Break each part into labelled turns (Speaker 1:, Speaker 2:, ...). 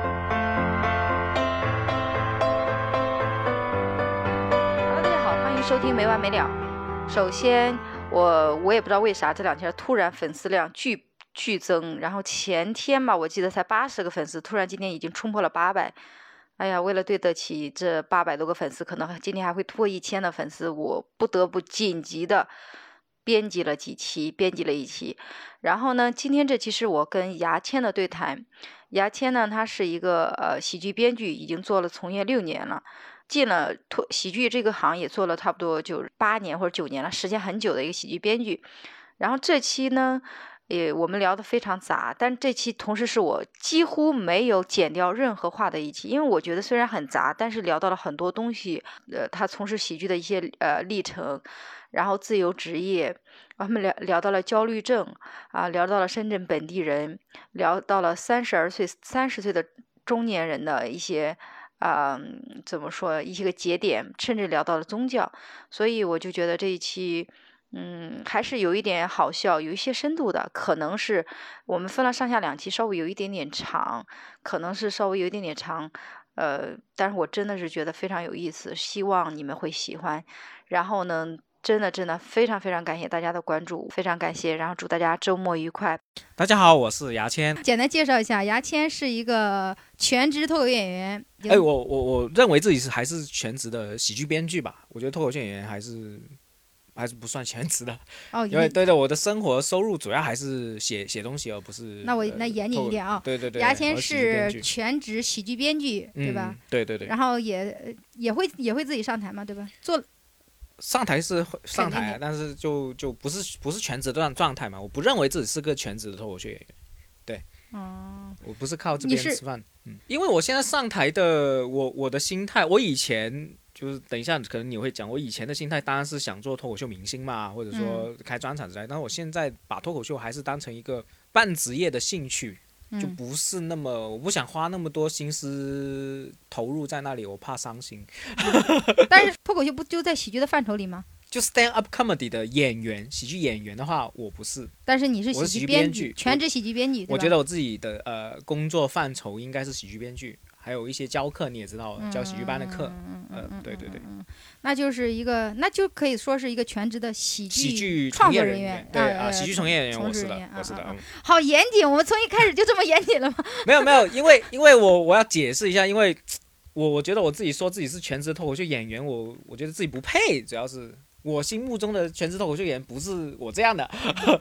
Speaker 1: 啊收听没完没了。首先，我我也不知道为啥这两天突然粉丝量巨剧增，然后前天吧，我记得才八十个粉丝，突然今天已经冲破了八百。哎呀，为了对得起这八百多个粉丝，可能今天还会破一千的粉丝，我不得不紧急的编辑了几期，编辑了一期。然后呢，今天这期是我跟牙签的对谈。牙签呢，他是一个呃喜剧编剧，已经做了从业六年了，进了脱喜剧这个行业做了差不多就八年或者九年了，时间很久的一个喜剧编剧。然后这期呢。也我们聊得非常杂，但这期同时是我几乎没有剪掉任何话的一期，因为我觉得虽然很杂，但是聊到了很多东西。呃，他从事喜剧的一些呃历程，然后自由职业，我们聊聊到了焦虑症啊，聊到了深圳本地人，聊到了三十二岁、三十岁的中年人的一些啊、怎么说一些个节点，甚至聊到了宗教。所以我就觉得这一期。嗯，还是有一点好笑，有一些深度的，可能是我们分了上下两期，稍微有一点点长，可能是稍微有一点点长，呃，但是我真的是觉得非常有意思，希望你们会喜欢。然后呢，真的真的非常非常感谢大家的关注，非常感谢，然后祝大家周末愉快。
Speaker 2: 大家好，我是牙签。
Speaker 3: 简单介绍一下，牙签是一个全职脱口演员。
Speaker 2: 哎，我我我认为自己是还是全职的喜剧编剧吧，我觉得脱口秀演员还是还是不算全职的，
Speaker 3: 哦，
Speaker 2: 因为对的，我的生活收入主要还是写写东西，而不是
Speaker 3: 那我
Speaker 2: 呃
Speaker 3: 那严你
Speaker 2: 透
Speaker 3: 一点啊。
Speaker 2: 对对对，
Speaker 3: 牙
Speaker 2: 我
Speaker 3: 签
Speaker 2: 喜剧编
Speaker 3: 是
Speaker 2: 剧
Speaker 3: 全职喜剧编剧，对吧
Speaker 2: 嗯？？对对对，
Speaker 3: 然后也也会也会自己上台嘛，对吧？做
Speaker 2: 上台是会上
Speaker 3: 肯定
Speaker 2: 台啊
Speaker 3: 的，
Speaker 2: 但是就就不是不是全职的状状态嘛，我不认为自己是个全职的脱口秀演员，
Speaker 3: 嗯，
Speaker 2: 我不是靠这
Speaker 3: 你
Speaker 2: 边
Speaker 3: 是
Speaker 2: 吃饭，嗯，因为我现在上台的我我的心态，我以前就是等一下可能你会讲，我以前的心态当然是想做脱口秀明星嘛，或者
Speaker 3: 嗯
Speaker 2: 说开专场之类，但我现在把脱口秀还是当成一个半职业的兴趣，就
Speaker 3: 嗯，
Speaker 2: 不是那么我不想花那么多心思投入在那里，我怕伤心。
Speaker 3: 但是脱口秀不就在喜剧的范畴里吗？
Speaker 2: 就 stand up comedy 的演员，喜剧演员的话，我不是，
Speaker 3: 但是你是
Speaker 2: 我是喜
Speaker 3: 剧
Speaker 2: 剧
Speaker 3: 编
Speaker 2: 编
Speaker 3: 剧，
Speaker 2: 剧
Speaker 3: 全职喜剧编剧，对
Speaker 2: 我
Speaker 3: 吧
Speaker 2: 觉得我自己的呃工作范畴应该是喜剧编剧，还有一些教课，你也知道，教喜剧班的课，呃，对对对，
Speaker 3: 那就是一个，那就可以说是一个全职的喜剧
Speaker 2: 喜剧
Speaker 3: 创
Speaker 2: 从
Speaker 3: 作
Speaker 2: 业
Speaker 3: 人
Speaker 2: 人
Speaker 3: 员
Speaker 2: 员，，对
Speaker 3: 呃
Speaker 2: 啊，喜剧从业人员
Speaker 3: 从
Speaker 2: 我
Speaker 3: 事
Speaker 2: 是
Speaker 3: 人
Speaker 2: 的
Speaker 3: 员，啊
Speaker 2: 我是
Speaker 3: 啊
Speaker 2: 的，
Speaker 3: 啊
Speaker 2: 嗯
Speaker 3: 好严谨，我们从一开始就这么严谨了 吗？
Speaker 2: 没有没有，因为因为我我要解释一下，因为我我觉得我自己说自己是全职脱口秀演员，我我觉得自己不配，主要是我心目中的全职脱口秀演员不是我这样的，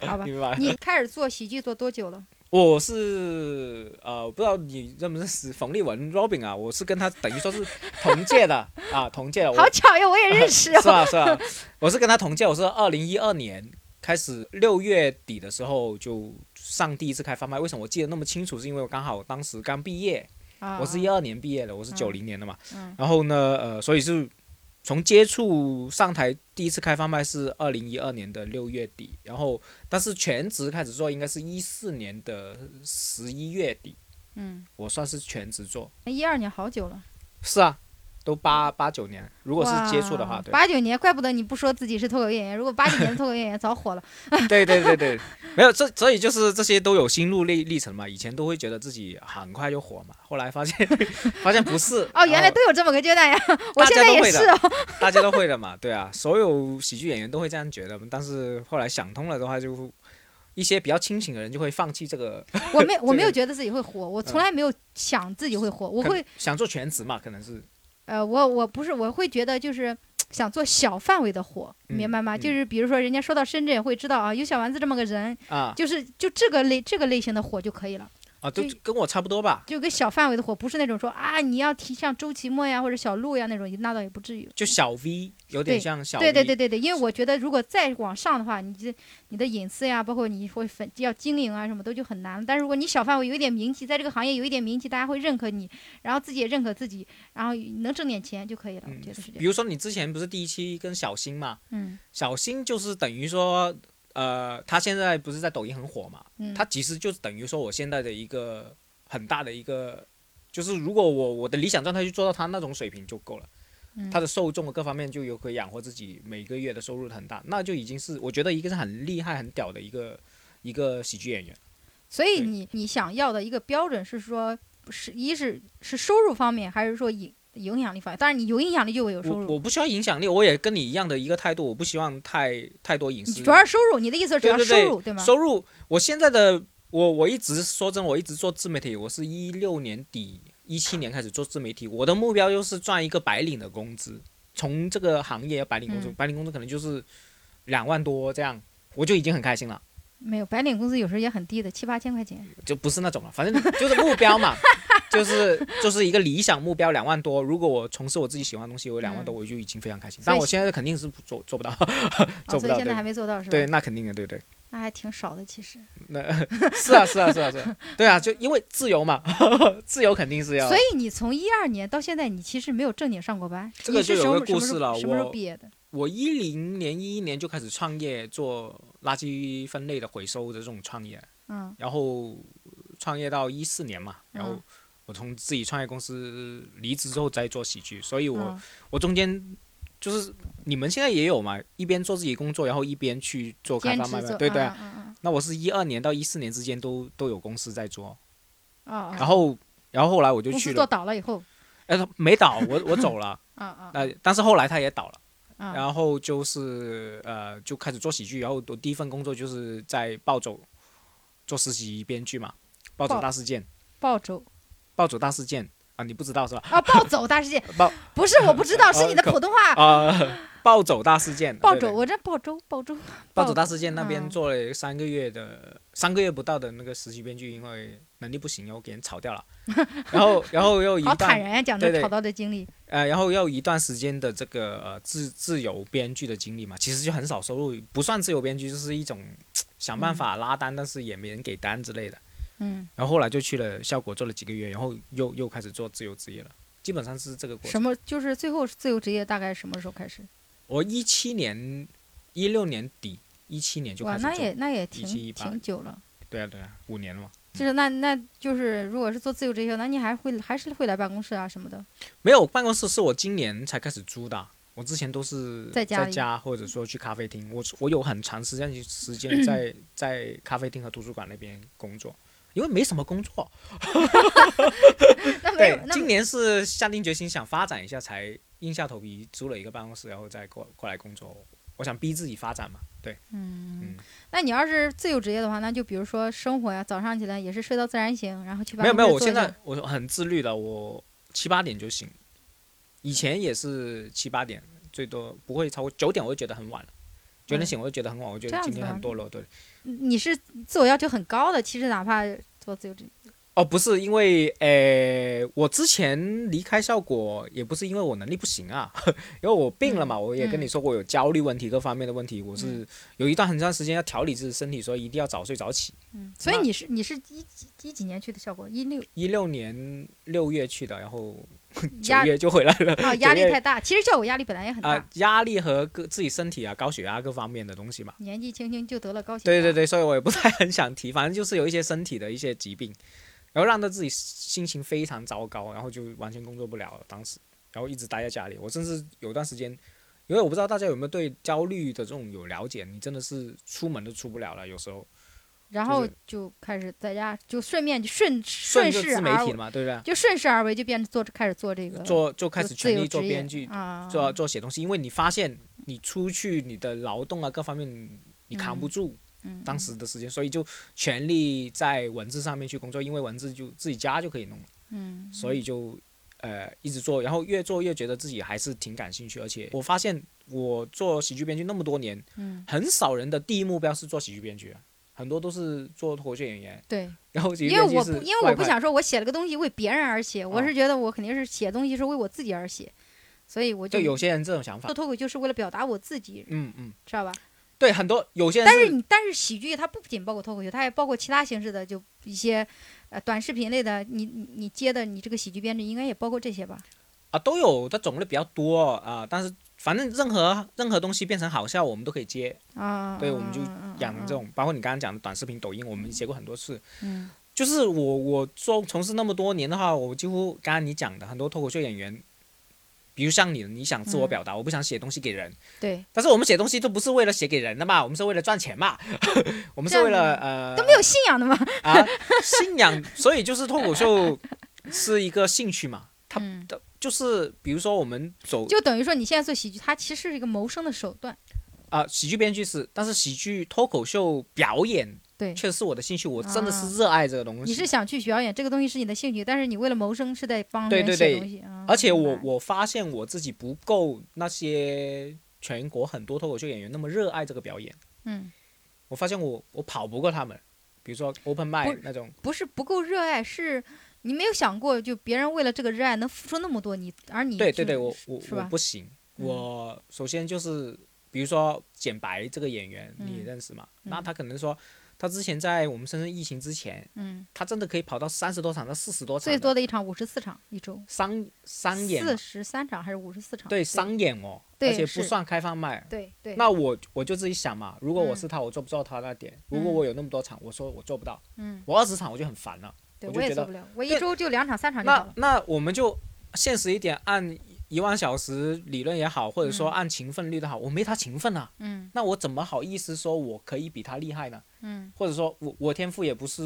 Speaker 3: 好吧
Speaker 2: 你，明白吗？
Speaker 3: 你开始做喜剧做多久了？
Speaker 2: 我是呃，不知道你认不认识冯立文 Robin 啊？我是跟他等于说是同届 的啊，同届的。我
Speaker 3: 好巧呀，我也认识
Speaker 2: 是啊吧
Speaker 3: 哦。
Speaker 2: 是吧？我是跟他同届，我是二零一二年开始，六月底的时候就上第一次开放麦。为什么我记得那么清楚？是因为我刚好当时刚毕业，
Speaker 3: 啊
Speaker 2: 我是一二年毕业的，我是九零年的嘛。
Speaker 3: 嗯
Speaker 2: 然后呢，呃，所以是从接触上台第一次开放麦是二零一二年的六月底，然后但是全职开始做应该是一四年的十一月底，
Speaker 3: 嗯，
Speaker 2: 我算是全职做。
Speaker 3: 一二年好久了。
Speaker 2: 是啊，都八八九年，如
Speaker 3: 如
Speaker 2: 果是接触的话，对
Speaker 3: 八九年，怪不得你不说自己是脱口秀演员。如果八九年的脱口秀演员早火 了。
Speaker 2: 对对对对，没有这，所以就是这些都有心路历历程嘛。以前都会觉得自己很快就火嘛，后来发现 发现不是
Speaker 3: 哦，原来
Speaker 2: 然后
Speaker 3: 都有这么个阶 段呀！我
Speaker 2: 大
Speaker 3: 现
Speaker 2: 家
Speaker 3: 在
Speaker 2: 都
Speaker 3: 也
Speaker 2: 会
Speaker 3: 是
Speaker 2: 的
Speaker 3: 哦。
Speaker 2: 大家都会的嘛，对 啊，所有喜剧演员都会这样觉得。但是后来想通了的话就，一些比较清醒的人就会放弃这个，
Speaker 3: 我 没我
Speaker 2: 这
Speaker 3: 没有
Speaker 2: 个
Speaker 3: 觉得自己会火，我从来没有想自己会火。
Speaker 2: 嗯
Speaker 3: 我
Speaker 2: 可
Speaker 3: 会
Speaker 2: 想做全职嘛，可能是
Speaker 3: 呃，我我不是我会觉得就是。想做小范围的火，
Speaker 2: 嗯
Speaker 3: 明白吗？
Speaker 2: 嗯
Speaker 3: 就是比如说，人家说到深圳会知道啊，有小丸子这么个人，
Speaker 2: 啊
Speaker 3: 就是就这个类这个类型的火就可以了，
Speaker 2: 啊，都
Speaker 3: 对
Speaker 2: 跟我差不多吧。
Speaker 3: 就跟小范围的火，不是那种说啊你要提像周奇墨呀或者小鹿呀那种，那倒也不至于。
Speaker 2: 就小 V 有点
Speaker 3: 对
Speaker 2: 像小 V，
Speaker 3: 对对对对对，因为我觉得如果再往上的话，你这你的隐私呀，包括你会粉要经营啊什么都就很难了。但如果你小范围有一点名气，在这个行业有一点名气，大家会认可你，然后自己也认可自己，然后能挣点钱就可以了。我觉得是这
Speaker 2: 比
Speaker 3: 样。
Speaker 2: 如说你之前不是第一期跟小新嘛，
Speaker 3: 嗯
Speaker 2: 小新就是等于说，呃，他现在不是在抖音很火嘛？
Speaker 3: 嗯，
Speaker 2: 他其实就是等于说我现在的一个很大的一个，就是如果我我的理想状态去做到他那种水平就够了，
Speaker 3: 嗯
Speaker 2: 他的受众各方面就有可以养活自己，每个月的收入很大，那就已经是我觉得一个是很厉害很屌的一个一个喜剧演员。
Speaker 3: 所以
Speaker 2: 对
Speaker 3: 你你想要的一个标准是说，是一是是收入方面，还是说影影响力方面。当然，你有影响力就会有收
Speaker 2: 我
Speaker 3: 入。
Speaker 2: 我不需要影响力，我也跟你一样的一个态度，我不希望太太多隐
Speaker 3: 你
Speaker 2: 私。
Speaker 3: 主要是收入，你的意思是主
Speaker 2: 对
Speaker 3: 要
Speaker 2: 对
Speaker 3: 是收
Speaker 2: 对
Speaker 3: 入对吗？
Speaker 2: 收入，我现在的我我一直说真，我一直做自媒体，我是一六年底一七年开始做自媒体，我的目标就是赚一个白领的工资，从这个行业白领工资，
Speaker 3: 嗯
Speaker 2: 白领工资可能就是两万多这样，我就已经很开心了，
Speaker 3: 没有，白领工资有时候也很低的，七八千块钱。
Speaker 2: 就不是那种了，反正就是目标嘛。 就是就是一个理想目标两万多，如果我从事我自己喜欢的东西，我两万多我就已经非常开心。但
Speaker 3: 嗯所以
Speaker 2: 我现在肯定是不做做不到，
Speaker 3: 哦，
Speaker 2: 做不
Speaker 3: 所以
Speaker 2: 到。
Speaker 3: 现在
Speaker 2: 对
Speaker 3: 还没做到是吧？
Speaker 2: 对，，那肯定的，对对。
Speaker 3: 那还挺少的，其实。
Speaker 2: 那是啊，是啊，是啊，是 啊，对啊，就因为自由嘛， 自由肯定是要。
Speaker 3: 所以你从一二年到现在，你其实没有正经上过班。
Speaker 2: 这个
Speaker 3: 你是
Speaker 2: 就有
Speaker 3: 什么
Speaker 2: 个故事了
Speaker 3: 什么时候什么时候
Speaker 2: 我
Speaker 3: 毕业的？
Speaker 2: 我一零年、一一年就开始创业，做垃圾分类的回收的这种创业，
Speaker 3: 嗯
Speaker 2: 然后创业到一四年嘛，然后
Speaker 3: 嗯
Speaker 2: 我从自己创业公司离职之后再做喜剧，所以我、
Speaker 3: 嗯，
Speaker 2: 我中间就是你们现在也有嘛，一边做自己工作，然后一边去做开
Speaker 3: 兼
Speaker 2: 发
Speaker 3: 职
Speaker 2: 卖卖，
Speaker 3: 做，
Speaker 2: 对对啊、
Speaker 3: 嗯嗯嗯
Speaker 2: 那我是一二年到一四年之间都都有公司在做，
Speaker 3: 嗯哦，
Speaker 2: 然后然后后来我就
Speaker 3: 公
Speaker 2: 去
Speaker 3: 司
Speaker 2: 了
Speaker 3: 做倒了以后，
Speaker 2: 哎，他没倒，我我走 了。
Speaker 3: 啊啊，
Speaker 2: 那、但是后来他也倒了，
Speaker 3: 啊
Speaker 2: 然后就是呃，就开始做喜剧。然后我第一份工作就是在暴走做实习编剧嘛，暴走
Speaker 3: 暴
Speaker 2: 大事件，
Speaker 3: 暴走
Speaker 2: 暴走大事件啊，你不知道 是吧？
Speaker 3: 啊，暴走大事 件
Speaker 2: 暴
Speaker 3: 不是我不知道，是你的
Speaker 2: 可
Speaker 3: 普通话。
Speaker 2: 啊、暴走大事件，啊
Speaker 3: 暴
Speaker 2: 对对
Speaker 3: 走，我这暴走暴走，
Speaker 2: 暴
Speaker 3: 暴
Speaker 2: 走大事件那
Speaker 3: 嗯
Speaker 2: 边做了三个月的、三个月不到的那个实习编剧，因为能力不行，然后给人炒掉了。然后， 然后又一
Speaker 3: 好坦
Speaker 2: 段
Speaker 3: 然呀，讲
Speaker 2: 对
Speaker 3: 这
Speaker 2: 对
Speaker 3: 吵到的经历，
Speaker 2: 呃，然后要一段时间的这个呃自自由编剧的经历嘛，其实就很少收入，不算自由编剧，就是一种想办法拉单，但是也没人给单之类的。
Speaker 3: 嗯，
Speaker 2: 然后后来就去了效果，做了几个月，然后又又开始做自由职业了，基本上是这个过
Speaker 3: 什
Speaker 2: 程。
Speaker 3: 么就是最后自由职业大概什么时候开始？
Speaker 2: 我一七年、一六年底、一七年就
Speaker 3: 哇，
Speaker 2: 开始
Speaker 3: 那也
Speaker 2: 做，
Speaker 3: 那也
Speaker 2: 17
Speaker 3: 挺
Speaker 2: 18
Speaker 3: 挺久了，
Speaker 2: 对啊对啊，五年了嘛。
Speaker 3: 就是那那就是如果是做自由职业，那你还会还是会来办公室啊什么的，
Speaker 2: 没有办公室是我今年才开始租的，啊我之前都是
Speaker 3: 在家里
Speaker 2: 或者说去咖啡厅。我我有很长时间时间 在在咖啡厅和图书馆那边工作，因为没什么工作。
Speaker 3: 那没有
Speaker 2: 对，
Speaker 3: 那
Speaker 2: 今
Speaker 3: 没
Speaker 2: 年是下定决心想发展一下，才硬下头皮租了一个办公室，然后再过过来工作。我想逼自己发展嘛，对，
Speaker 3: 嗯
Speaker 2: 嗯，
Speaker 3: 那你要是自由职业的话，那就比如说生活呀，早上起来也是睡到自然醒，然后去办
Speaker 2: 没有没有，
Speaker 3: 公
Speaker 2: 我
Speaker 3: 室
Speaker 2: 现
Speaker 3: 坐一
Speaker 2: 在
Speaker 3: 下
Speaker 2: 我很自律的，我七八点就醒，以前也是七八点，最多不会超过九点，我就觉得很晚了。九点
Speaker 3: 嗯
Speaker 2: 醒我就觉得很晚，我觉
Speaker 3: 这
Speaker 2: 得
Speaker 3: 样
Speaker 2: 今
Speaker 3: 子
Speaker 2: 天
Speaker 3: 啊
Speaker 2: 很堕落，对。
Speaker 3: 嗯你是自我要求很高的，其实哪怕做自由职业，
Speaker 2: 哦，不是因为，呃，我之前离开效果也不是因为我能力不行啊， 因为我病了嘛，
Speaker 3: 嗯
Speaker 2: 我也跟你说过有焦虑问题各方面的问题，我是有一段很长时间要调理自己身体，所以一定要早睡早起。
Speaker 3: 嗯，所以
Speaker 2: 那
Speaker 3: 你是你是一几一几年去的效果？一六
Speaker 2: 一六年六月去的，然后九
Speaker 3: 压
Speaker 2: 月就回来了
Speaker 3: 啊，压力
Speaker 2: 月
Speaker 3: 太大。其实效果压力本来也很
Speaker 2: 啊、
Speaker 3: 大，
Speaker 2: 压力和各自己身体啊、高血压各方面的东西嘛。
Speaker 3: 年纪轻轻就得了高血压。
Speaker 2: 对对对，所以我也不太很想提，反正就是有一些身体的一些疾病，然后让到自己心情非常糟糕，然后就完全工作不了了。当时，然后一直待在家里，我甚至有段时间，因为我不知道大家有没有对焦虑的这种有了解，你真的是出门都出不了了，有时候
Speaker 3: 然
Speaker 2: 就
Speaker 3: 后
Speaker 2: 是
Speaker 3: 就开始在家就顺便就顺
Speaker 2: 顺着
Speaker 3: 势
Speaker 2: 自媒
Speaker 3: 而
Speaker 2: 体了嘛，对不对？
Speaker 3: 就顺势而为，就变做开始做这个
Speaker 2: 做就开
Speaker 3: 做
Speaker 2: 始
Speaker 3: 呃自
Speaker 2: 全
Speaker 3: 由
Speaker 2: 力做
Speaker 3: 职业
Speaker 2: 编剧，
Speaker 3: 啊，
Speaker 2: 做做写东西，因为你发现你出去你的劳动啊各方面你你扛不
Speaker 3: 嗯
Speaker 2: 住，
Speaker 3: 嗯
Speaker 2: 当时的时间，所以就全力在文字上面去工作，因为文字就自己家就可以弄了，
Speaker 3: 嗯，嗯
Speaker 2: 所以就呃一直做，然后越做越觉得自己还是挺感兴趣，而且我发现我做喜剧编剧那么多年，
Speaker 3: 嗯
Speaker 2: 很少人的第一目标是做喜剧编剧啊，很多都是做脱口秀演员，
Speaker 3: 对，
Speaker 2: 然后喜剧
Speaker 3: 因为
Speaker 2: 编剧
Speaker 3: 我
Speaker 2: 是
Speaker 3: 不因为
Speaker 2: 外
Speaker 3: 我不
Speaker 2: 快
Speaker 3: 想说我写了个东西为别人而写，我
Speaker 2: 啊
Speaker 3: 是觉得我肯定是写东西是为我自己而写，所以我
Speaker 2: 就
Speaker 3: 就
Speaker 2: 有些人这种想法
Speaker 3: 做，脱口秀是为了表达我自己，
Speaker 2: 嗯嗯，
Speaker 3: 知道吧？
Speaker 2: 对，很多有些人
Speaker 3: 但是你但是喜剧它不仅包括脱口秀，它也包括其他形式的，就一些呃短视频类的，你你你接的你这个喜剧编制应该也包括这些吧？
Speaker 2: 啊都有，它种类比较多啊，但是反正任何任何东西变成好笑，我们都可以接，
Speaker 3: 啊，
Speaker 2: 对我们就
Speaker 3: 嗯
Speaker 2: 养成这，种，包括你刚刚讲的短视频、抖音，我们接过很多次。
Speaker 3: 嗯
Speaker 2: 就是我我做从事那么多年的话，我几乎刚刚你讲的很多脱口秀演员，比如像你，你想自我表达，我不想写东西给人，
Speaker 3: 嗯对，
Speaker 2: 但是我们写东西都不是为了写给人的嘛，我们是为了赚钱嘛， 我们是为了呃
Speaker 3: 都没有信仰的嘛，
Speaker 2: 啊信仰，所以就是脱口秀是一个兴趣嘛，它
Speaker 3: 嗯
Speaker 2: 就是比如说我们走
Speaker 3: 就等于说你现在做喜剧，它其实是一个谋生的手段。
Speaker 2: 啊、喜剧编剧是，但是喜剧脱口秀表演
Speaker 3: 对，
Speaker 2: 确实是我的兴趣，我真的
Speaker 3: 啊
Speaker 2: 是热爱这个东西。
Speaker 3: 你是想去表演这个东西是你的兴趣，但是你为了谋生是在帮
Speaker 2: 对
Speaker 3: 人
Speaker 2: 对
Speaker 3: 写
Speaker 2: 对
Speaker 3: 东西啊。
Speaker 2: 而且
Speaker 3: 明
Speaker 2: 我
Speaker 3: 白
Speaker 2: 我发现我自己不够那些全国很多脱口秀演员那么热爱这个表演，
Speaker 3: 嗯，
Speaker 2: 我发现我我跑不过他们。比如说 open m i
Speaker 3: 不
Speaker 2: d 那种，
Speaker 3: 不是不够热爱，是你没有想过，就别人为了这个热爱能付出那么多，你而你
Speaker 2: 对对
Speaker 3: 就
Speaker 2: 对，我我
Speaker 3: 是
Speaker 2: 我
Speaker 3: 吧
Speaker 2: 不行，
Speaker 3: 嗯
Speaker 2: 我首先就是比如说简白这个演员你也
Speaker 3: 嗯
Speaker 2: 认识嘛，那
Speaker 3: 嗯
Speaker 2: 他可能说他之前在我们深圳疫情之前，
Speaker 3: 嗯，
Speaker 2: 他真的可以跑到三十多场到四十多场的，
Speaker 3: 最多的一场五十四场一周，
Speaker 2: 商商演嘛
Speaker 3: 四十三场还是五十四场？
Speaker 2: 对商演哦，
Speaker 3: 啊对
Speaker 2: 而且
Speaker 3: 是
Speaker 2: 不算开放麦。
Speaker 3: 对对，
Speaker 2: 那我我就自己想嘛，如果我
Speaker 3: 嗯
Speaker 2: 是他，我做不做他那点？如果
Speaker 3: 嗯
Speaker 2: 我有那么多场，我说我做不到，
Speaker 3: 嗯，
Speaker 2: 我二十场我就很烦了。
Speaker 3: 对
Speaker 2: 我
Speaker 3: 我
Speaker 2: 就
Speaker 3: 也
Speaker 2: 觉
Speaker 3: 做
Speaker 2: 得
Speaker 3: 不了，我一
Speaker 2: 对
Speaker 3: 周就两场三场就好
Speaker 2: 那
Speaker 3: 了。
Speaker 2: 那我们就现实一点，按一万小时理论也好，或者说按勤奋率的好，我没他勤奋啊，
Speaker 3: 嗯
Speaker 2: 那我怎么好意思说我可以比他厉害呢？
Speaker 3: 嗯，
Speaker 2: 或者说我我天赋也不是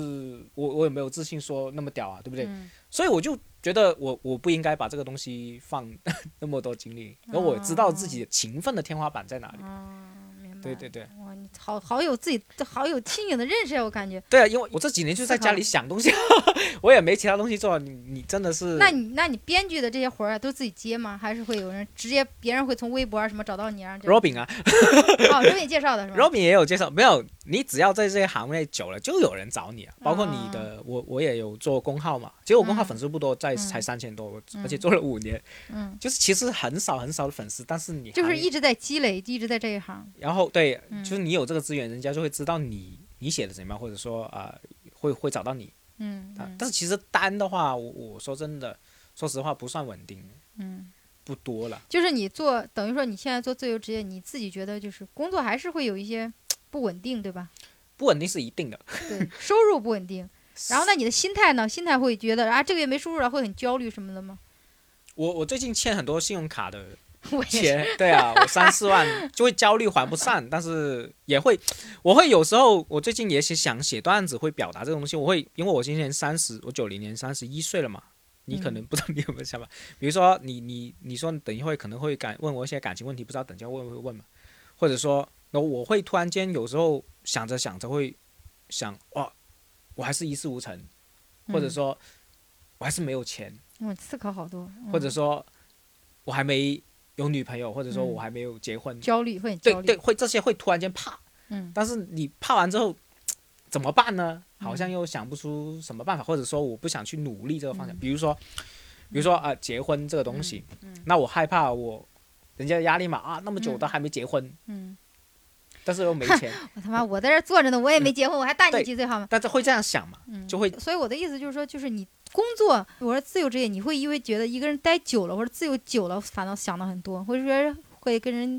Speaker 2: 我我也没有自信说那么屌啊，对不对？
Speaker 3: 嗯
Speaker 2: 所以我就觉得我我不应该把这个东西放 那么多精力，而我知道自己勤奋的天花板在哪里。
Speaker 3: 哦，明白。
Speaker 2: 对对对
Speaker 3: 哇，你好好有自己，好有清醒的认识呀，我感觉。
Speaker 2: 对啊，因为我这几年就在家里想东西， 我也没其他东西做。你你真的是
Speaker 3: 那你那你编剧的这些活儿啊，都自己接吗？还是会有人直接别人会从微博啊什么找到你啊？这种
Speaker 2: Robin 啊
Speaker 3: 哦，人给介绍的是吧？
Speaker 2: ，Robin 也有介绍，没有你只要在这些行业久了，就有人找你啊。包括你的，我我也有做公号嘛，结果公号
Speaker 3: 嗯
Speaker 2: 粉丝不多，在
Speaker 3: 嗯
Speaker 2: 才三千多，我
Speaker 3: 嗯
Speaker 2: 而且做了五年，
Speaker 3: 嗯，
Speaker 2: 就是其实很少很少的粉丝，但是你
Speaker 3: 就是
Speaker 2: 还
Speaker 3: 一直在积累，一直在这一行。
Speaker 2: 然后对，
Speaker 3: 嗯
Speaker 2: 就是你有这个资源，人家就会知道你你写的怎么样，或者说啊、呃会会找到你。
Speaker 3: 嗯
Speaker 2: 啊
Speaker 3: 嗯
Speaker 2: 但是其实单的话，我我说真的，说实话不算稳定，
Speaker 3: 嗯，
Speaker 2: 不多了。
Speaker 3: 就是你做，等于说你现在做自由职业，你自己觉得就是工作还是会有一些不稳定，对吧？
Speaker 2: 不稳定是一定的。
Speaker 3: 对，收入不稳定。然后呢，你的心态呢？心态会觉得啊，这个月没收入了，会很焦虑什么的吗？
Speaker 2: 我我最近欠很多信用卡的
Speaker 3: 我也是。
Speaker 2: 钱，对啊，我三四万就会焦虑还不上，但是也会，我会有时候我最近也写想写段子，会表达这个东西，我会因为我今年三十，我九零年三十一岁了嘛。你可能不知道你有没有想法，比如说你你你说等一会可能会感问我一些感情问题，不知道等一下问不会问嘛，或者说那我会突然间有时候想着想着会想哇，我还是一事无成，或者
Speaker 3: 嗯
Speaker 2: 说我还是没有钱，
Speaker 3: 我思考好多，嗯
Speaker 2: 或者说我还没有女朋友，或者说
Speaker 3: 嗯
Speaker 2: 我还没有结婚，
Speaker 3: 焦虑会很
Speaker 2: 对
Speaker 3: 焦虑。
Speaker 2: 对，会这些会突然间怕，
Speaker 3: 嗯
Speaker 2: 但是你怕完之后怎么办呢？好
Speaker 3: 嗯
Speaker 2: 像又想不出什么办法，或者说我不想去努力这个方向。
Speaker 3: 嗯
Speaker 2: 比如说，比如说啊、结婚这个东西，那我害怕我人家的压力嘛啊，那么久
Speaker 3: 嗯
Speaker 2: 都还没结婚，
Speaker 3: 嗯，
Speaker 2: 但是又没钱，
Speaker 3: 我他妈我在这儿坐着呢，我也没结婚，我还大你
Speaker 2: 嗯对
Speaker 3: 几岁好吗？
Speaker 2: 但是会这样想嘛，
Speaker 3: 嗯，
Speaker 2: 就会
Speaker 3: 所以我的意思就是说，就是你工作，我说自由职业，你会因为觉得一个人待久了或者自由久了，反倒想的很多，或者说会跟人，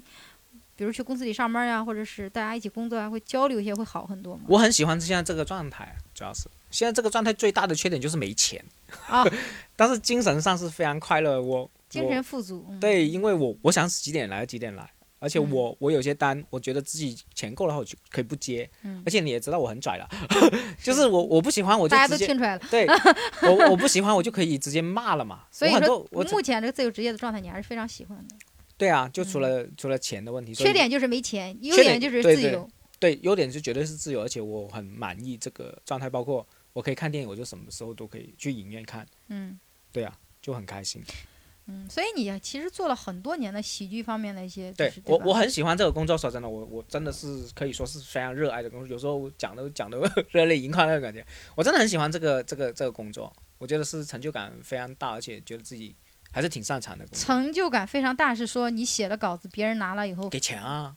Speaker 3: 比如去公司里上班呀、或者是大家一起工作啊，会交流一些，会好很多嘛。
Speaker 2: 我很喜欢现在这个状态，主要是现在这个状态最大的缺点就是没钱
Speaker 3: 啊，
Speaker 2: 但是精神上是非常快乐。我
Speaker 3: 精
Speaker 2: 我
Speaker 3: 神富足，嗯、
Speaker 2: 对，因为我我想几点来就几点来，而且我、我有些单，我觉得自己钱够了后就可以不接，
Speaker 3: 嗯
Speaker 2: 而且你也知道我很拽 了，就是我我不喜欢我就
Speaker 3: 大家
Speaker 2: 直
Speaker 3: 都
Speaker 2: 接
Speaker 3: 听出来了。
Speaker 2: 对我我不喜欢我就可以直接骂了嘛，
Speaker 3: 所以
Speaker 2: 我很
Speaker 3: 说
Speaker 2: 多，我
Speaker 3: 目前这个自由职业的状态，你还是非常喜欢的。
Speaker 2: 对啊，就除了、除了钱的问题，所以
Speaker 3: 嗯缺点就是没钱，优
Speaker 2: 缺点
Speaker 3: 点就是
Speaker 2: 对
Speaker 3: 自
Speaker 2: 对
Speaker 3: 由。
Speaker 2: 对优点是绝对是自由，而且我很满意这个状态，包括我可以看电影，我就什么时候都可以去影院看，
Speaker 3: 嗯
Speaker 2: 对啊，就很开心。
Speaker 3: 嗯，所以你其实做了很多年的喜剧方面的一些，就
Speaker 2: 对
Speaker 3: 是
Speaker 2: 我
Speaker 3: 吧
Speaker 2: 我很喜欢这个工作，说真的，我我真的是可以说是非常热爱的工作，有时候讲都讲的 热泪盈眶那种感觉，我真的很喜欢这个这个这个工作，我觉得是成就感非常大，而且觉得自己还是挺擅长的工作。
Speaker 3: 成就感非常大，是说你写了稿子，别人拿了以后
Speaker 2: 给钱啊，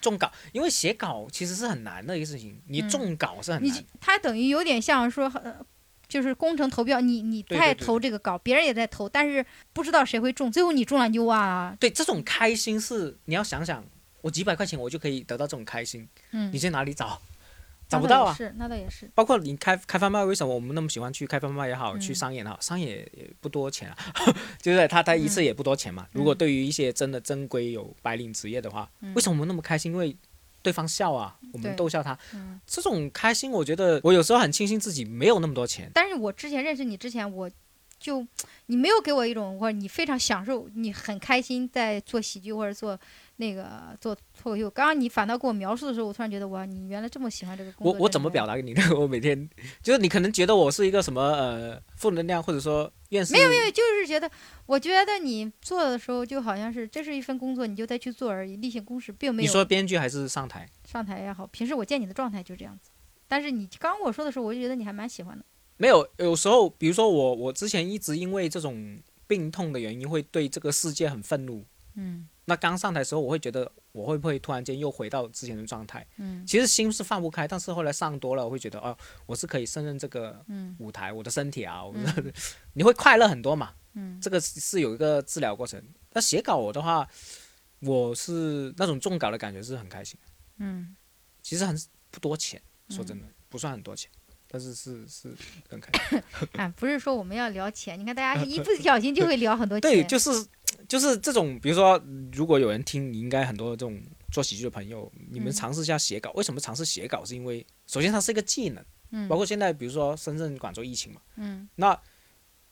Speaker 2: 中稿，因为写稿其实是很难的一个事情，你
Speaker 3: 嗯
Speaker 2: 中稿是很
Speaker 3: 你
Speaker 2: 难
Speaker 3: 这，他等于有点像说，呃就是工程投标，你你
Speaker 2: 对对
Speaker 3: 在
Speaker 2: 对
Speaker 3: 投
Speaker 2: 对
Speaker 3: 这个稿，别人也在投，但是不知道谁会中，最后你中了你就哇，
Speaker 2: 对这种开心是你要想想，我几百块钱我就可以得到这种开心，
Speaker 3: 嗯
Speaker 2: 你，去哪里找？
Speaker 3: 那
Speaker 2: 找不
Speaker 3: 倒
Speaker 2: 到
Speaker 3: 也
Speaker 2: 啊！
Speaker 3: 是，那倒也是，
Speaker 2: 包括你开开放麦，为什么我们那么喜欢去开放麦也好，
Speaker 3: 嗯
Speaker 2: 去商演也好，商演也不多钱啊， 就是他他一次也不多钱嘛。如果对于一些真的正规有白领职业的话，
Speaker 3: 嗯
Speaker 2: 为什么我们那么开心？因为对方笑啊，我
Speaker 3: 对
Speaker 2: 们逗笑他，
Speaker 3: 嗯。
Speaker 2: 这种开心，我觉得我有时候很庆幸自己没有那么多钱。
Speaker 3: 但是我之前认识你之前，我就你没有给我一种或者你非常享受，你很开心在做喜剧或者做那个做脱口秀。刚刚你反倒给我描述的时候，我突然觉得哇，你原来这么喜欢这个工
Speaker 2: 我
Speaker 3: 作。
Speaker 2: 我怎么表
Speaker 3: 达？
Speaker 2: 达给你呢？ 我每天就是你可能觉得我是一个什么呃负能量，或者说厌世，没有没有
Speaker 3: 对，就是觉得，我觉得你做的时候就好像是这是一份工作，你就再去做而已，例行公事，并没
Speaker 2: 你
Speaker 3: 有
Speaker 2: 说编剧还是上台？
Speaker 3: 上台也好，平时我见你的状态就这样子。但是你刚跟我说的时候，我就觉得你还蛮喜欢的。
Speaker 2: 没有，有时候比如说我我之前一直因为这种病痛的原因，会对这个世界很愤怒。
Speaker 3: 嗯
Speaker 2: 那刚上台的时候，我会觉得我会不会突然间又回到之前的状态？
Speaker 3: 嗯
Speaker 2: 其实心是放不开，但是后来上多了，我会觉得哦，我是可以胜任这个
Speaker 3: 嗯
Speaker 2: 舞台，我的身体啊，我的
Speaker 3: 嗯
Speaker 2: 你会快乐很多嘛。
Speaker 3: 嗯
Speaker 2: 这个是是有一个治疗过程。那写稿我的话，我是那种中稿的感觉是很开心，
Speaker 3: 嗯，
Speaker 2: 其实很不多钱，说真的、不算很多钱，但是是是很开心。
Speaker 3: 哎，不是说我们要聊钱，你看大家是一不小心就会聊很多钱。
Speaker 2: 对，就是就是这种，比如说如果有人听，你应该很多这种做喜剧的朋友，你们
Speaker 3: 嗯
Speaker 2: 尝试一下写稿。为什么尝试写稿？是因为首先它是一个技能，
Speaker 3: 嗯
Speaker 2: 包括现在比如说深圳、广州疫情嘛，
Speaker 3: 嗯
Speaker 2: 那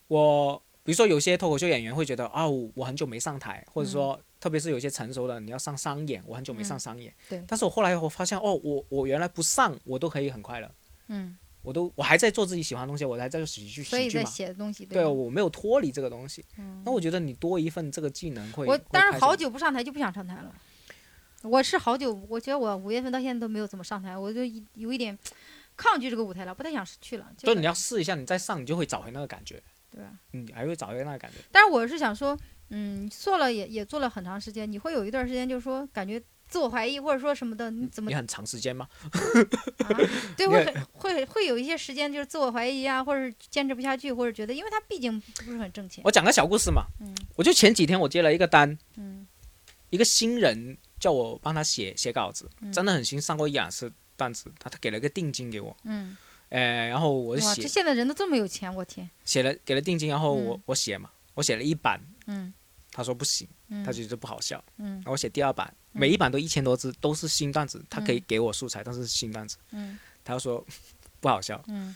Speaker 2: 我比如说有些脱口秀演员会觉得啊、我我很久没上台，或者说、特别是有些成熟的，你要上商演，我很久没上
Speaker 3: 嗯
Speaker 2: 商演。
Speaker 3: 对
Speaker 2: 但是我后来我发现哦，我我原来不上我都可以很快乐，
Speaker 3: 嗯，
Speaker 2: 我都我还在做自己喜欢的东西，我还在做喜剧
Speaker 3: 所以
Speaker 2: 喜剧
Speaker 3: 在
Speaker 2: 嘛。
Speaker 3: 写的东西
Speaker 2: 对，啊
Speaker 3: 吧
Speaker 2: 我没有脱离这个东西。
Speaker 3: 嗯
Speaker 2: 那我觉得你多一份这个技能会。
Speaker 3: 我
Speaker 2: 会
Speaker 3: 但
Speaker 2: 开
Speaker 3: 是
Speaker 2: 心
Speaker 3: 好久不上台就不想上台了。我是好久，我觉得我五月份到现在都没有怎么上台，我就一有一点抗拒这个舞台了，不太想去了。就
Speaker 2: 就你要试一下，你再上，你就会找回那个感觉，嗯
Speaker 3: 对啊吧？
Speaker 2: 你还会找回那个感觉。
Speaker 3: 但是我是想说，嗯，做了也也做了很长时间，你会有一段时间就是说感觉自我怀疑或者说什么的，你怎么
Speaker 2: 你很长时间吗？
Speaker 3: 啊？
Speaker 2: 你
Speaker 3: 对，会很会会有一些时间就是自我怀疑啊，或者是坚持不下去，或者觉得因为它毕竟不是很挣钱。
Speaker 2: 我讲个小故事嘛。
Speaker 3: 嗯
Speaker 2: 我就前几天我接了一个单，
Speaker 3: 嗯
Speaker 2: 一个新人叫我帮他写写稿子，
Speaker 3: 嗯
Speaker 2: 真的很新，上过一两次段子，他他给了个定金给我，
Speaker 3: 嗯，
Speaker 2: 呃，然后我就
Speaker 3: 哇，这
Speaker 2: 写
Speaker 3: 现在人都这么有钱，我天！
Speaker 2: 写了给了定金，然后我、
Speaker 3: 嗯
Speaker 2: 我写嘛，我写了一版，
Speaker 3: 嗯
Speaker 2: 他说不行，
Speaker 3: 嗯
Speaker 2: 他觉得不好笑，
Speaker 3: 嗯
Speaker 2: 然后我写第二版，
Speaker 3: 嗯
Speaker 2: 每一版都一千多字，都是新段子，他可以
Speaker 3: 嗯
Speaker 2: 给我素材，但是新段子，
Speaker 3: 嗯
Speaker 2: 他就说 不好笑，
Speaker 3: 嗯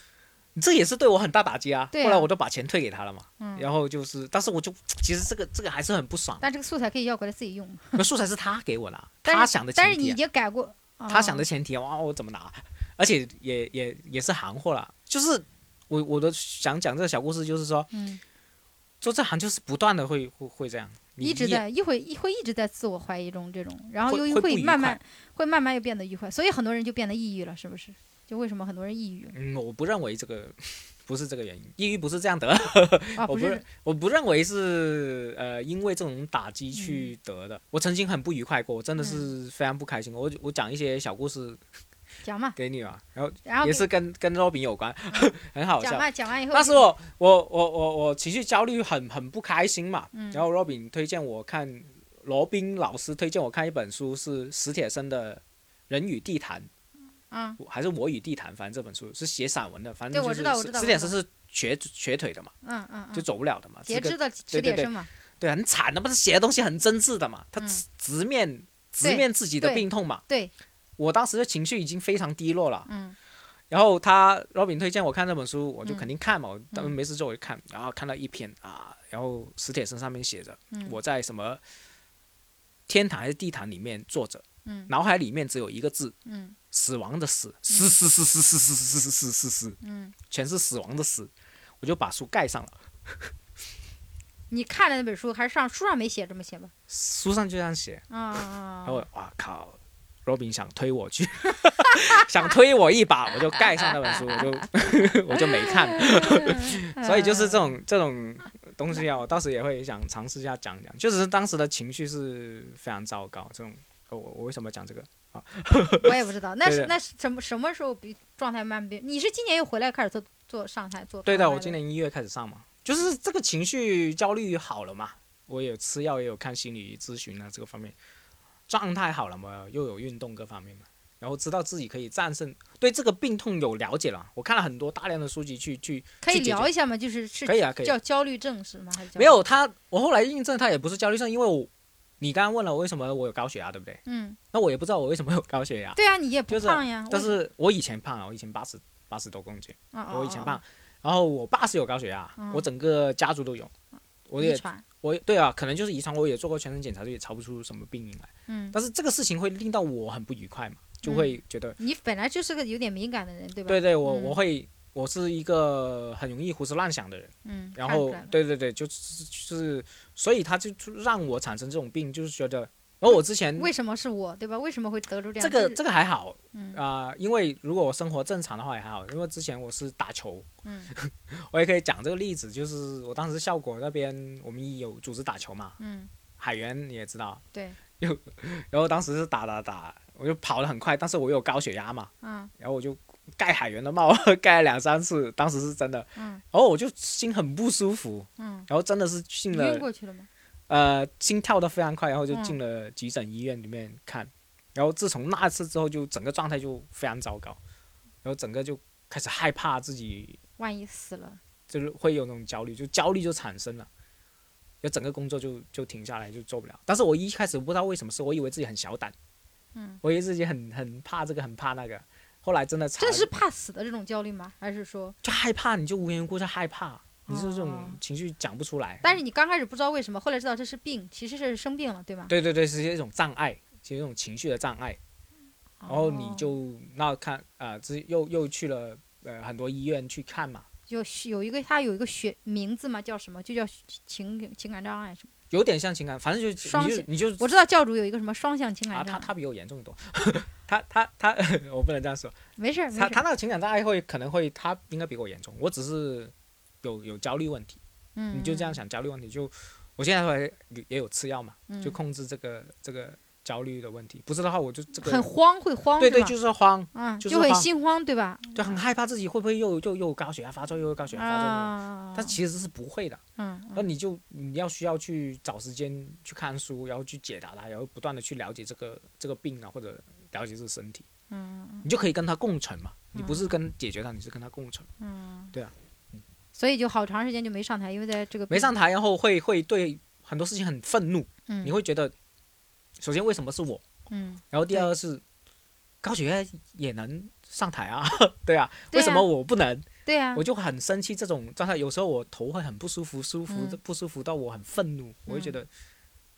Speaker 2: 这也是对我很大打击啊，
Speaker 3: 对啊
Speaker 2: 后来我都把钱退给他了嘛，
Speaker 3: 嗯。
Speaker 2: 然后就是，但是我就其实这个这个还是很不爽，
Speaker 3: 但这个素材可以要回来自己用，
Speaker 2: 那素材是他给我的啊，
Speaker 3: 但是
Speaker 2: 他想的前提
Speaker 3: 但
Speaker 2: 啊、
Speaker 3: 是你已经改过，
Speaker 2: 他想的
Speaker 3: 哦
Speaker 2: 前提，啊哇，我怎么拿？而且也也也是行货啦，就是我我都想讲这个小故事，就是说
Speaker 3: 嗯，
Speaker 2: 做这行就是不断的会会会这样，你
Speaker 3: 一直
Speaker 2: 你也
Speaker 3: 在一会一会一直在自我怀疑中这种，然后
Speaker 2: 会
Speaker 3: 又
Speaker 2: 会不
Speaker 3: 会
Speaker 2: 愉
Speaker 3: 慢慢会慢慢又变得愉快，所以很多人就变得抑郁了，是不是？就为什么很多人抑郁
Speaker 2: 嗯，我不认为这个 不是这个原因，抑郁不是这样得，
Speaker 3: 啊？
Speaker 2: 我
Speaker 3: 不
Speaker 2: 不认
Speaker 3: 是，
Speaker 2: 我不认为是呃因为这种打
Speaker 3: 嗯
Speaker 2: 击去得的。我曾经很不愉快过，我真的是非常不开心。我我讲一些小故事
Speaker 3: 讲嘛，
Speaker 2: 给你嘛，然后
Speaker 3: 然后
Speaker 2: 也
Speaker 3: 给
Speaker 2: 是跟跟肉饼有关， 很好笑
Speaker 3: 讲。嘛，讲完以后
Speaker 2: 那时
Speaker 3: 就
Speaker 2: 我我我我我情绪焦虑很很不开心嘛，
Speaker 3: 嗯
Speaker 2: 然后 Robin 推荐我看，罗宾老师推荐我看一本书是史铁生的《人与地坛
Speaker 3: 啊，》，
Speaker 2: 还是《我与地坛》，反正这本书是写散文的，反
Speaker 3: 对
Speaker 2: 正
Speaker 3: 我
Speaker 2: 就
Speaker 3: 知
Speaker 2: 是
Speaker 3: 道我知道
Speaker 2: 史
Speaker 3: 我
Speaker 2: 铁
Speaker 3: 知
Speaker 2: 生
Speaker 3: 道
Speaker 2: 是瘸瘸腿的嘛，
Speaker 3: 嗯嗯
Speaker 2: 就
Speaker 3: 嗯，
Speaker 2: 走不了的嘛，
Speaker 3: 截
Speaker 2: 是个
Speaker 3: 肢的
Speaker 2: 对
Speaker 3: 直
Speaker 2: 对
Speaker 3: 点
Speaker 2: 对
Speaker 3: 生嘛，
Speaker 2: 对啊很惨的嘛，他写的东西很真挚的嘛，他
Speaker 3: 嗯
Speaker 2: 直直面直
Speaker 3: 对
Speaker 2: 面自己的
Speaker 3: 对
Speaker 2: 病痛嘛，
Speaker 3: 对，
Speaker 2: 我当时的情绪已经非常低落了，
Speaker 3: 嗯
Speaker 2: 然后他 Robin 推荐我看这本书，我就
Speaker 3: 嗯
Speaker 2: 肯定看嘛，我当时没事做我就看，然后看到一篇啊，然后史铁生上面写着
Speaker 3: 嗯，
Speaker 2: 我在什么天堂还是地坛里面坐着，
Speaker 3: 嗯
Speaker 2: 脑海里面只有一个字，
Speaker 3: 嗯
Speaker 2: 死亡的死，死死死死死死死死死死死，
Speaker 3: 嗯，
Speaker 2: 全是死亡的死，我就把书盖上了，
Speaker 3: 你看了那本书还是上书上没写这么 写吧？
Speaker 2: 书上就这样写，
Speaker 3: 啊啊
Speaker 2: 然
Speaker 3: 啊
Speaker 2: 后哇靠，Robin 想推我去， 想推我一把，我就盖上那本书，我就我就没看。
Speaker 3: 啊，
Speaker 2: 所以就是
Speaker 3: 啊
Speaker 2: 这种这种东西啊，我到时也会想尝试一下讲讲，就只是当时的情绪是非常糟糕。这种哦我我为什么讲这个？
Speaker 3: 我也不知道，那是
Speaker 2: 对对
Speaker 3: 那是什么什么时候比状态慢变？你是今年又回来开始做做上台做？
Speaker 2: 对
Speaker 3: 的，
Speaker 2: 的，我今年一月开始上嘛，就是这个情绪焦虑好了嘛，我有吃药，也有看心理咨询啊，这个方面状态好了嘛，又有运动各方面嘛，然后知道自己可以战胜，对这个病痛有了解了。我看了很多大量的书籍去去
Speaker 3: 可以
Speaker 2: 去解决
Speaker 3: 聊一下吗？就是是
Speaker 2: 可以啊，可以
Speaker 3: 叫焦虑症是吗？还是叫
Speaker 2: 没？有他，我后来印证他也不是焦虑症，因为我你刚刚问了我为什么我有高血压，对不对？
Speaker 3: 嗯，
Speaker 2: 那我也不知道我为什么有高血压，
Speaker 3: 对啊，你也不
Speaker 2: 就是
Speaker 3: 胖呀。
Speaker 2: 但
Speaker 3: 我
Speaker 2: 是我以前胖啊，我以前八十八十多公斤，
Speaker 3: 啊啊
Speaker 2: 我以前
Speaker 3: 啊
Speaker 2: 胖，然后我爸是有高血压，
Speaker 3: 嗯
Speaker 2: 我整个家族都有，我
Speaker 3: 遗
Speaker 2: 也
Speaker 3: 传，
Speaker 2: 我也对啊，可能就是遗传，我也做过全身检查，就也查不出什么病因来。
Speaker 3: 嗯，
Speaker 2: 但是这个事情会令到我很不愉快嘛，就会觉得，
Speaker 3: 你本来就是个有点敏感的人，嗯对吧？
Speaker 2: 对对，我
Speaker 3: 嗯
Speaker 2: 我会我是一个很容易胡思乱想的人，
Speaker 3: 嗯，
Speaker 2: 然
Speaker 3: 看出
Speaker 2: 后
Speaker 3: 来了
Speaker 2: 对对对，就是就是，所以他就就让我产生这种病，就是觉得，然后我之前
Speaker 3: 为什么是我，对吧？为什么会得出这
Speaker 2: 这
Speaker 3: 样？
Speaker 2: 个
Speaker 3: 就是
Speaker 2: 这个还好
Speaker 3: 嗯
Speaker 2: 啊、因为如果我生活正常的话也还好，因为之前我是打球，
Speaker 3: 嗯
Speaker 2: 我也可以讲这个例子，就是我当时效果那边我们有组织打球嘛，
Speaker 3: 嗯，
Speaker 2: 海源你也知道，
Speaker 3: 对，
Speaker 2: 然后当时是打打打，我就跑得很快，但是我有高血压嘛，
Speaker 3: 嗯，
Speaker 2: 然后我就盖海源的帽， 盖了两三次，当时是真的，
Speaker 3: 嗯
Speaker 2: 然后我就心很不舒服，
Speaker 3: 嗯，
Speaker 2: 然后真的是进
Speaker 3: 你
Speaker 2: 了
Speaker 3: 晕过去了吗？
Speaker 2: 呃，心跳的非常快，然后就
Speaker 3: 嗯
Speaker 2: 进了急诊医院里面看。然后自从那次之后，就整个状态就非常糟糕，然后整个就开始害怕自己，
Speaker 3: 万一死了，
Speaker 2: 就是会有那种焦虑，就焦虑就产生了，就整个工作就就停下来，就做不了。但是我一开始不知道为什么事，我以为自己很小胆，
Speaker 3: 嗯，
Speaker 2: 我以为自己很很怕这个，很怕那个。后来真的查
Speaker 3: 这
Speaker 2: 了，
Speaker 3: 是怕死的这种焦虑吗？还是说，
Speaker 2: 就害怕，你就无缘无故就害怕，你就这
Speaker 3: 哦
Speaker 2: 种情绪讲不出来。
Speaker 3: 但是你刚开始不知道为什么，后来知道这是病，其实是生病了，对吧？
Speaker 2: 对对对，是一种障碍，是一种情绪的障碍。
Speaker 3: 哦，
Speaker 2: 然后你就那看啊，这、又又去了呃很多医院去看嘛，
Speaker 3: 就是有一个他有一个学名字嘛，叫什么？就叫情情感障碍什么？
Speaker 2: 有点像情感，反正就
Speaker 3: 双
Speaker 2: 你就
Speaker 3: 性
Speaker 2: 你就
Speaker 3: 我知道教主有一个什么双向情
Speaker 2: 啊，
Speaker 3: 感
Speaker 2: 他
Speaker 3: 障碍，
Speaker 2: 他比我严重得多， 他他他 我不能这样说，
Speaker 3: 没事儿没事
Speaker 2: 他
Speaker 3: 儿，
Speaker 2: 他那个情感障碍会可能会他应该比我严重，我只是有有焦虑问题，
Speaker 3: 嗯，
Speaker 2: 你就这样想焦虑问题就，我现在还也也有吃药嘛，
Speaker 3: 嗯
Speaker 2: 就控制这个这个焦虑的问题，不是的话我就这
Speaker 3: 很
Speaker 2: 个
Speaker 3: 慌会慌，
Speaker 2: 对
Speaker 3: 是
Speaker 2: 对
Speaker 3: 吧
Speaker 2: 就是慌，
Speaker 3: 嗯，
Speaker 2: 就
Speaker 3: 就是很
Speaker 2: 慌
Speaker 3: 心慌，对吧？
Speaker 2: 就很害怕自己会不会又又又高血压发作，又高血压发作。
Speaker 3: 啊，
Speaker 2: 但其实是不会的，
Speaker 3: 嗯
Speaker 2: 那你就你要需要去找时间去看书，然后去解答它，然后不断的去了解这个这个病啊，或者了解这个身体，
Speaker 3: 嗯
Speaker 2: 你就可以跟它共存嘛。你不是跟解决它，你是跟它共存。
Speaker 3: 嗯，
Speaker 2: 对啊，
Speaker 3: 所以就好长时间就没上台，因为在这个
Speaker 2: 没
Speaker 3: 病
Speaker 2: 上，台，然后会会对很多事情很愤怒，
Speaker 3: 嗯，
Speaker 2: 你会觉得，首先为什么是我？
Speaker 3: 嗯，
Speaker 2: 然后第
Speaker 3: 对
Speaker 2: 二是，高血压也能上台啊， 对啊，
Speaker 3: 对
Speaker 2: 为什
Speaker 3: 啊
Speaker 2: 么我不能？
Speaker 3: 对啊
Speaker 2: 我，就很生气这种状态。有时候我头会很不舒服，舒服、
Speaker 3: 嗯
Speaker 2: 不舒服到我很愤怒，我会觉得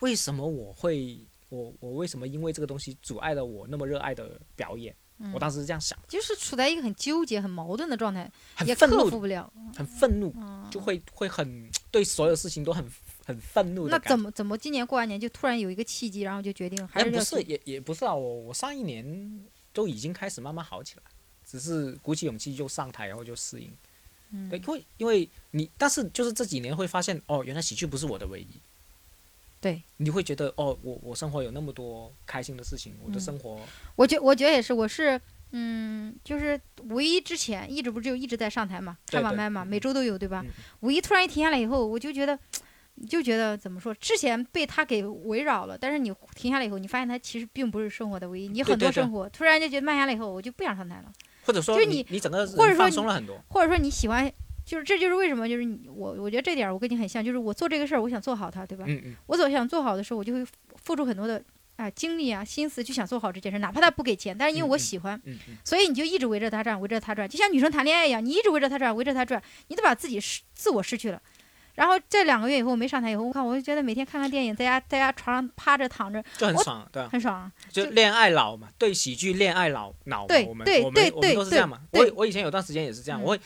Speaker 2: 为什么我会我我为什么因为这个东西阻碍了我那么热爱的表演？
Speaker 3: 嗯
Speaker 2: 我当时是这样想，
Speaker 3: 就是处在一个很纠结、很矛盾的状态，
Speaker 2: 很
Speaker 3: 也克
Speaker 2: 愤
Speaker 3: 服
Speaker 2: 怒，
Speaker 3: 不了。
Speaker 2: 很愤怒，
Speaker 3: 嗯，
Speaker 2: 就会会很对所有事情都很很愤怒
Speaker 3: 那
Speaker 2: 的
Speaker 3: 怎
Speaker 2: 感觉。
Speaker 3: 么怎么今年过完年就突然有一个契机，然后就决定还
Speaker 2: 也
Speaker 3: 是
Speaker 2: 不
Speaker 3: 要
Speaker 2: 是
Speaker 3: 去
Speaker 2: 也也不是啊，我我上一年都已经开始慢慢好起来，只是鼓起勇气就上台，然后就适应。
Speaker 3: 嗯
Speaker 2: 对，因为因为你，但是就是这几年会发现，哦，原来喜剧不是我的唯一。
Speaker 3: 对，
Speaker 2: 你会觉得，哦，我我生活有那么多开心的事情，我的
Speaker 3: 嗯
Speaker 2: 生活，
Speaker 3: 我觉我觉得也是，我是嗯，就是五一之前一直不就一直在上台嘛，
Speaker 2: 对
Speaker 3: 开把
Speaker 2: 对
Speaker 3: 麦嘛，
Speaker 2: 嗯
Speaker 3: 每周都有对吧
Speaker 2: 嗯？
Speaker 3: 五一突然一停下来以后，我就觉得。就觉得怎么说，之前被他给围绕了，但是你停下来以后，你发现他其实并不是生活的唯一，你很
Speaker 2: 对
Speaker 3: 多
Speaker 2: 对
Speaker 3: 生活突然就觉得慢下来以后，我就不想上台了，
Speaker 2: 或者说
Speaker 3: 就是
Speaker 2: 你整个
Speaker 3: 或者
Speaker 2: 人
Speaker 3: 说
Speaker 2: 放
Speaker 3: 你
Speaker 2: 松了很多。
Speaker 3: 或者说你喜欢，就是这就是为什么就是你我我觉得这点儿我跟你很像，就是我做这个事儿，我想做好它，对吧？
Speaker 2: 嗯嗯，
Speaker 3: 我总想做好的时候，我就会付出很多的啊、精力啊心思去想做好这件事，哪怕他不给钱，但是因为我
Speaker 2: 嗯嗯
Speaker 3: 喜欢，
Speaker 2: 嗯嗯，
Speaker 3: 所以你就一直围着他转，围着他转，就像女生谈恋爱一样，你一直围着他转，围着他转，你都把自己失自我失去了。然后这两个月以后我没上台以后，我看我就觉得每天看看电影，在家在家床上趴着躺着
Speaker 2: 就很
Speaker 3: 我
Speaker 2: 爽，对啊，
Speaker 3: 很爽、啊。
Speaker 2: 就
Speaker 3: 就
Speaker 2: 恋爱脑嘛，对喜剧恋爱脑脑嘛
Speaker 3: 对，
Speaker 2: 我们
Speaker 3: 对
Speaker 2: 我
Speaker 3: 对
Speaker 2: 们我们
Speaker 3: 对
Speaker 2: 都是
Speaker 3: 对
Speaker 2: 这样嘛。
Speaker 3: 对
Speaker 2: 我我以前有段时间也是这样，
Speaker 3: 嗯
Speaker 2: 我会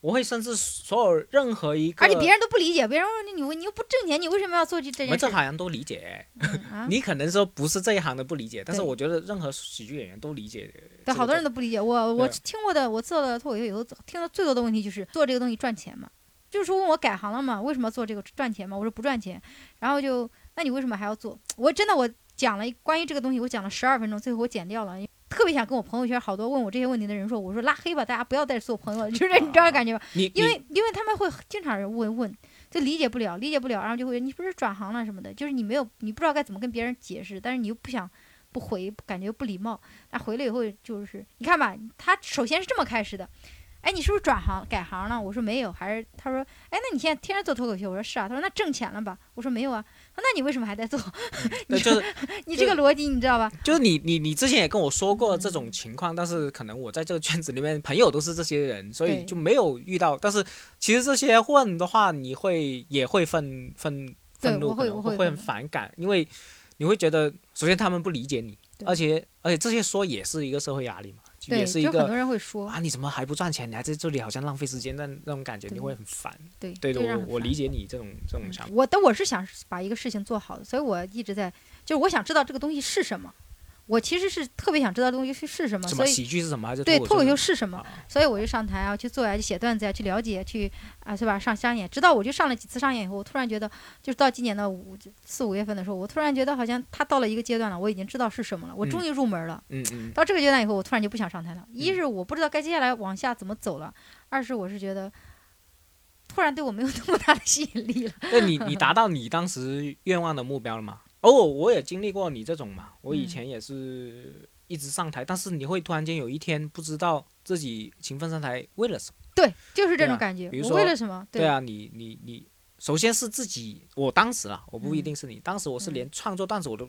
Speaker 2: 我会甚至所有任何一个，
Speaker 3: 而且别人都不理解，别人说你你又不挣钱，你为什么要做这这
Speaker 2: 我们
Speaker 3: 件事
Speaker 2: 这？行都理解，
Speaker 3: 嗯啊，
Speaker 2: 你可能说不是这一行的不理解，但是
Speaker 3: 对
Speaker 2: 我觉得任何喜剧演员都理解。
Speaker 3: 对，好多人
Speaker 2: 都
Speaker 3: 都不理解我。我
Speaker 2: 对
Speaker 3: 听过的，我做了脱口秀以后，听到最多的问题就是做这个东西赚钱嘛，就是说问我改行了嘛，为什么要做这个赚钱嘛？我说不赚钱，然后就那你为什么还要做？我真的我讲了一关于这个东西，我讲了十二分钟，最后我剪掉了。特别想跟我朋友圈好多问我这些问题的人说，我说拉黑吧，大家不要再做朋友了，就是你知道这感觉吧？
Speaker 2: 你
Speaker 3: 因
Speaker 2: 你
Speaker 3: 为因为他们会经常有人问问，就理解不了，理解不了，然后就会你不是转行了什么的，就是你没有你不知道该怎么跟别人解释，但是你又不想不回，感觉不礼貌。那回了以后就是你看吧，他首先是这么开始的，哎，你是不是转行改行了？我说没有，还是他说，哎，那你现在天天做脱口秀？我说是啊。他说那挣钱了吧？我说没有啊。他说那你为什么还在做？
Speaker 2: 那呃就是
Speaker 3: 你这个逻辑你知道吧？
Speaker 2: 就是你你你之前也跟我说过这种情况，但是可能我在这个圈子里面朋友都是这些人，所以
Speaker 3: 对
Speaker 2: 就没有遇到。但是其实这些混的话，你会也会愤愤
Speaker 3: 对
Speaker 2: 愤怒，
Speaker 3: 我
Speaker 2: 可
Speaker 3: 会
Speaker 2: 能
Speaker 3: 我
Speaker 2: 会
Speaker 3: 会
Speaker 2: 很
Speaker 3: 愤怒
Speaker 2: 反感，因为你会觉得首先他们不理解你，
Speaker 3: 对
Speaker 2: 而且而且这些说也是一个社会压力嘛，
Speaker 3: 对，
Speaker 2: 也是一
Speaker 3: 就很多
Speaker 2: 个
Speaker 3: 人会说，
Speaker 2: 啊你怎么还不赚钱？你还在这里好像浪费时间，那那种感觉你
Speaker 3: 对
Speaker 2: 会很烦。
Speaker 3: 对，
Speaker 2: 对的，
Speaker 3: 就让
Speaker 2: 我
Speaker 3: 很
Speaker 2: 我
Speaker 3: 烦
Speaker 2: 理解你这种这种想法。
Speaker 3: 我但我是想把一个事情做好的，所以我一直在，就是我想知道这个东西是什么。我其实是特别想知道这东西是是什么，
Speaker 2: 什
Speaker 3: 所
Speaker 2: 么
Speaker 3: 以
Speaker 2: 喜剧是什么？还是
Speaker 3: 对
Speaker 2: 脱
Speaker 3: 脱口秀
Speaker 2: 是
Speaker 3: 是什么
Speaker 2: 啊，
Speaker 3: 所以我就上台啊，去做呀、去写段子呀、去了解，去啊，是吧？上商演，直到我就上了几次商演以后，我突然觉得，就是到今年的五四五月份的时候，我突然觉得好像它到了一个阶段了，我已经知道是什么了，我终于入门了。
Speaker 2: 嗯 嗯，
Speaker 3: 到这个阶段以后，我突然就不想上台了。一是我不知道该接下来往下怎么走了，二是我是觉得，突然对我没有那么大的吸引力了。
Speaker 2: 那你你达到你当时愿望的目标了吗？哦，我也经历过你这种嘛，我以
Speaker 3: 嗯
Speaker 2: 前也是一直上台，但是你会突然间有一天不知道自己勤奋上台为了什么。
Speaker 3: 对，就是
Speaker 2: 对
Speaker 3: 这
Speaker 2: 啊
Speaker 3: 种感觉。
Speaker 2: 比如
Speaker 3: 我
Speaker 2: 说
Speaker 3: 为了什么？
Speaker 2: 对，啊，你你你，首先是自己，我当时啊，我不一定是你，当时我是
Speaker 3: 嗯
Speaker 2: 连创作段子我都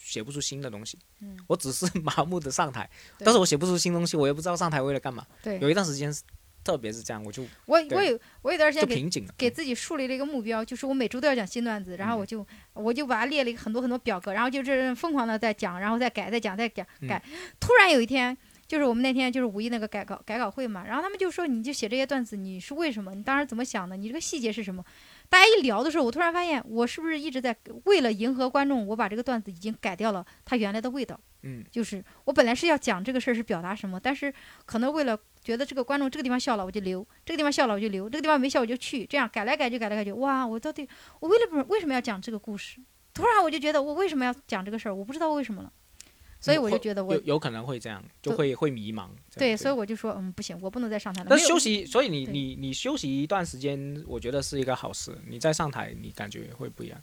Speaker 2: 写不出新的东西，
Speaker 3: 嗯
Speaker 2: 我只是 麻木的上台，
Speaker 3: 对
Speaker 2: 但是我写不出新东西，我也不知道上台为了干嘛。
Speaker 3: 对
Speaker 2: 有一段时间是，特别是这样，我就
Speaker 3: 我
Speaker 2: 对
Speaker 3: 我有我有段时
Speaker 2: 就
Speaker 3: 间给
Speaker 2: 瓶颈了。
Speaker 3: 给自己树立了一个目标，就是我每周都要讲新段子，然后
Speaker 2: 嗯
Speaker 3: 我就、我就把它列了一个很多很多表格，然后就这样疯狂的在讲，然后再改，再讲，再讲
Speaker 2: 嗯
Speaker 3: 改。突然有一天。就是我们那天就是五一那个改稿改稿会嘛，然后他们就说你就写这些段子，你是为什么？你当时怎么想的？你这个细节是什么？大家一聊的时候，我突然发现我是不是一直在为了迎合观众，我把这个段子已经改掉了它原来的味道。
Speaker 2: 嗯，
Speaker 3: 就是我本来是要讲这个事儿是表达什么，但是可能为了觉得这个观众这个地方笑了我就留，这个地方笑了我就留，这个地方没笑我就去，这样改来改去改来改去，哇，我到底我为了不为什么要讲这个故事？突然我就觉得我为什么要讲这个事儿，我不知道为什么了，所以我就觉得
Speaker 2: 嗯
Speaker 3: 我
Speaker 2: 有有可能会这样，就
Speaker 3: 对
Speaker 2: 会会迷茫。这样
Speaker 3: 对，所以我就说嗯不行，我不能再上台了。
Speaker 2: 但
Speaker 3: 没有
Speaker 2: 休息，所以你
Speaker 3: 对
Speaker 2: 你你休息一段时间，我觉得是一个好事。你再上台，你感觉会不一样。